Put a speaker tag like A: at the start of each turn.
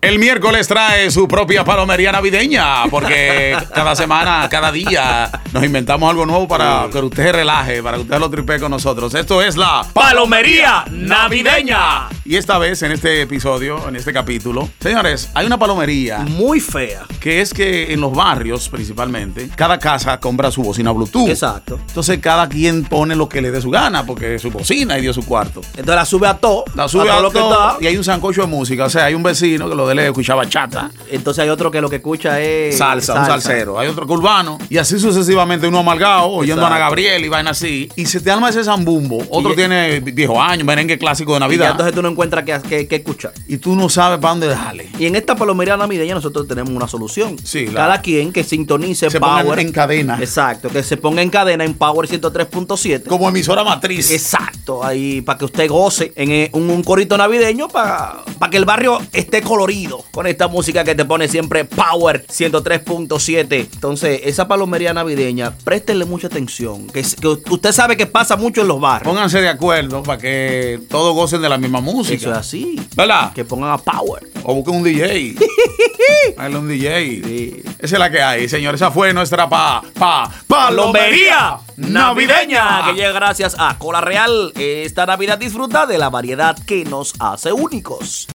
A: El miércoles trae su propia palomería navideña, porque cada semana, cada día, nos inventamos algo nuevo para que usted se relaje, para que usted lo tripee con nosotros. Esto es la
B: Palomería Navideña.
A: Y esta vez, en este episodio, en este capítulo, señores, hay una palomería
B: Muy fea.
A: que es que en los barrios, principalmente, cada casa compra su bocina Bluetooth.
B: Exacto.
A: Entonces, cada quien pone lo que le dé su gana, porque es su bocina y dio su cuarto.
B: Entonces la sube a todo.
A: La sube a
B: todo lo que
A: todo
B: está.
A: y hay un sancocho de música. O sea, hay un vecino que lo de lejos escuchaba chata.
B: Entonces hay otro que lo que escucha es.
A: salsa, un salsero, hay otro que urbano, y así sucesivamente, uno amargado, oyendo a Ana Gabriel y vaina así, y se te arma ese zambumbo, otro
B: Y-
A: tiene viejo año, merengue clásico de
B: Y ya
A: Navidad,
B: entonces tú no encuentras qué, qué- qué escuchar.
A: y tú no sabes para dónde dejarle.
B: Y en esta palomería navideña nosotros tenemos una solución.
A: Sí, claro.
B: Cada quien que sintonice
A: Se pongan
B: Power.
A: en cadena.
B: Exacto. Que se ponga en cadena en Power 103.7.
A: Como emisora matriz.
B: Exacto, ahí para que usted goce en eh, un, un corito navideño para que el barrio esté colorido con esta música que te pone siempre Power 103.7. Entonces, esa palomería navideña, préstenle mucha atención, que, es- que usted sabe que pasa mucho en los barrios.
A: Pónganse de acuerdo para que todos gocen de la misma
B: Eso es
A: música.
B: así.
A: ¿Verdad?
B: Que pongan a Power.
A: O busquen un DJ. Hazle un DJ.
B: Sí.
A: Esa es la que hay, señor. Esa fue nuestra pa, pa, palomería navideña.
B: Que llega gracias a Cola Real. Esta Navidad disfruta de la variedad que nos hace únicos.